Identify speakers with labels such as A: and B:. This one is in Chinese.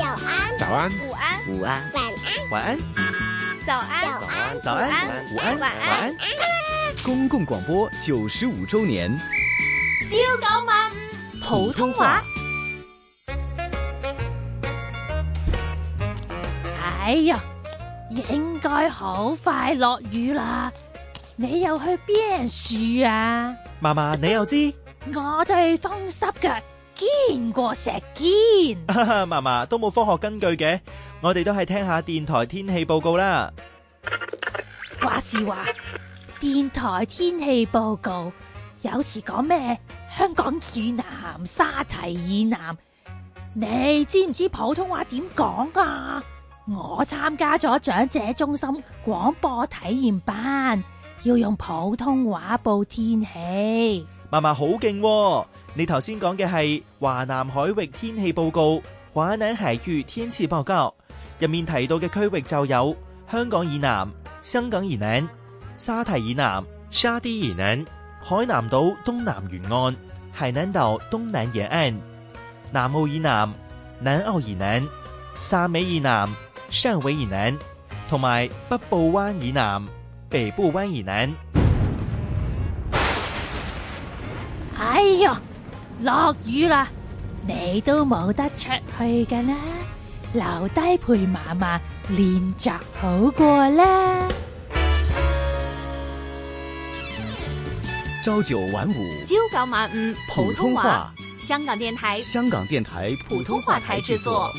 A: 安，
B: 午安，
C: 午安，
D: 晚安，
C: 晚安，
B: 早安，
D: 早安，
C: 早安，午安，
B: 晚安
C: 安。公共广播九十五周年，
B: 朝九晚五普通话。
E: 哎呀，應該好快落雨啦！你又去邊樹啊？
C: 媽媽你又知，
E: 我對風濕腳堅過石堅。
C: 媽媽都冇科學根據嘅，我哋都係聽下電台天氣報告啦。
E: 話是話，電台天氣報告有時講咩香港以南、沙堤以南，你知唔知普通話點講啊？我參加咗長者中心廣播體驗班，要用普通話報天氣。
C: 嫲嫲好勁喎！你頭先講嘅係華南海域天氣報告，華南海域天氣報告入面提到嘅區域就有香港以南、香港以南、沙堤以南、沙堤以南、海南島東南沿岸、海南島東南沿岸、南澳以南、南澳以南、汕尾以南、汕尾以南，同埋北部灣以南、北部灣以南。
E: 哎呀，落雨啦，你都冇得出去噶啦，留低陪嫲嫲練習好過啦。
C: 朝九晚五，
B: 朝九晚五普通话，香港电台
C: 香港电台
B: 普通话台制作。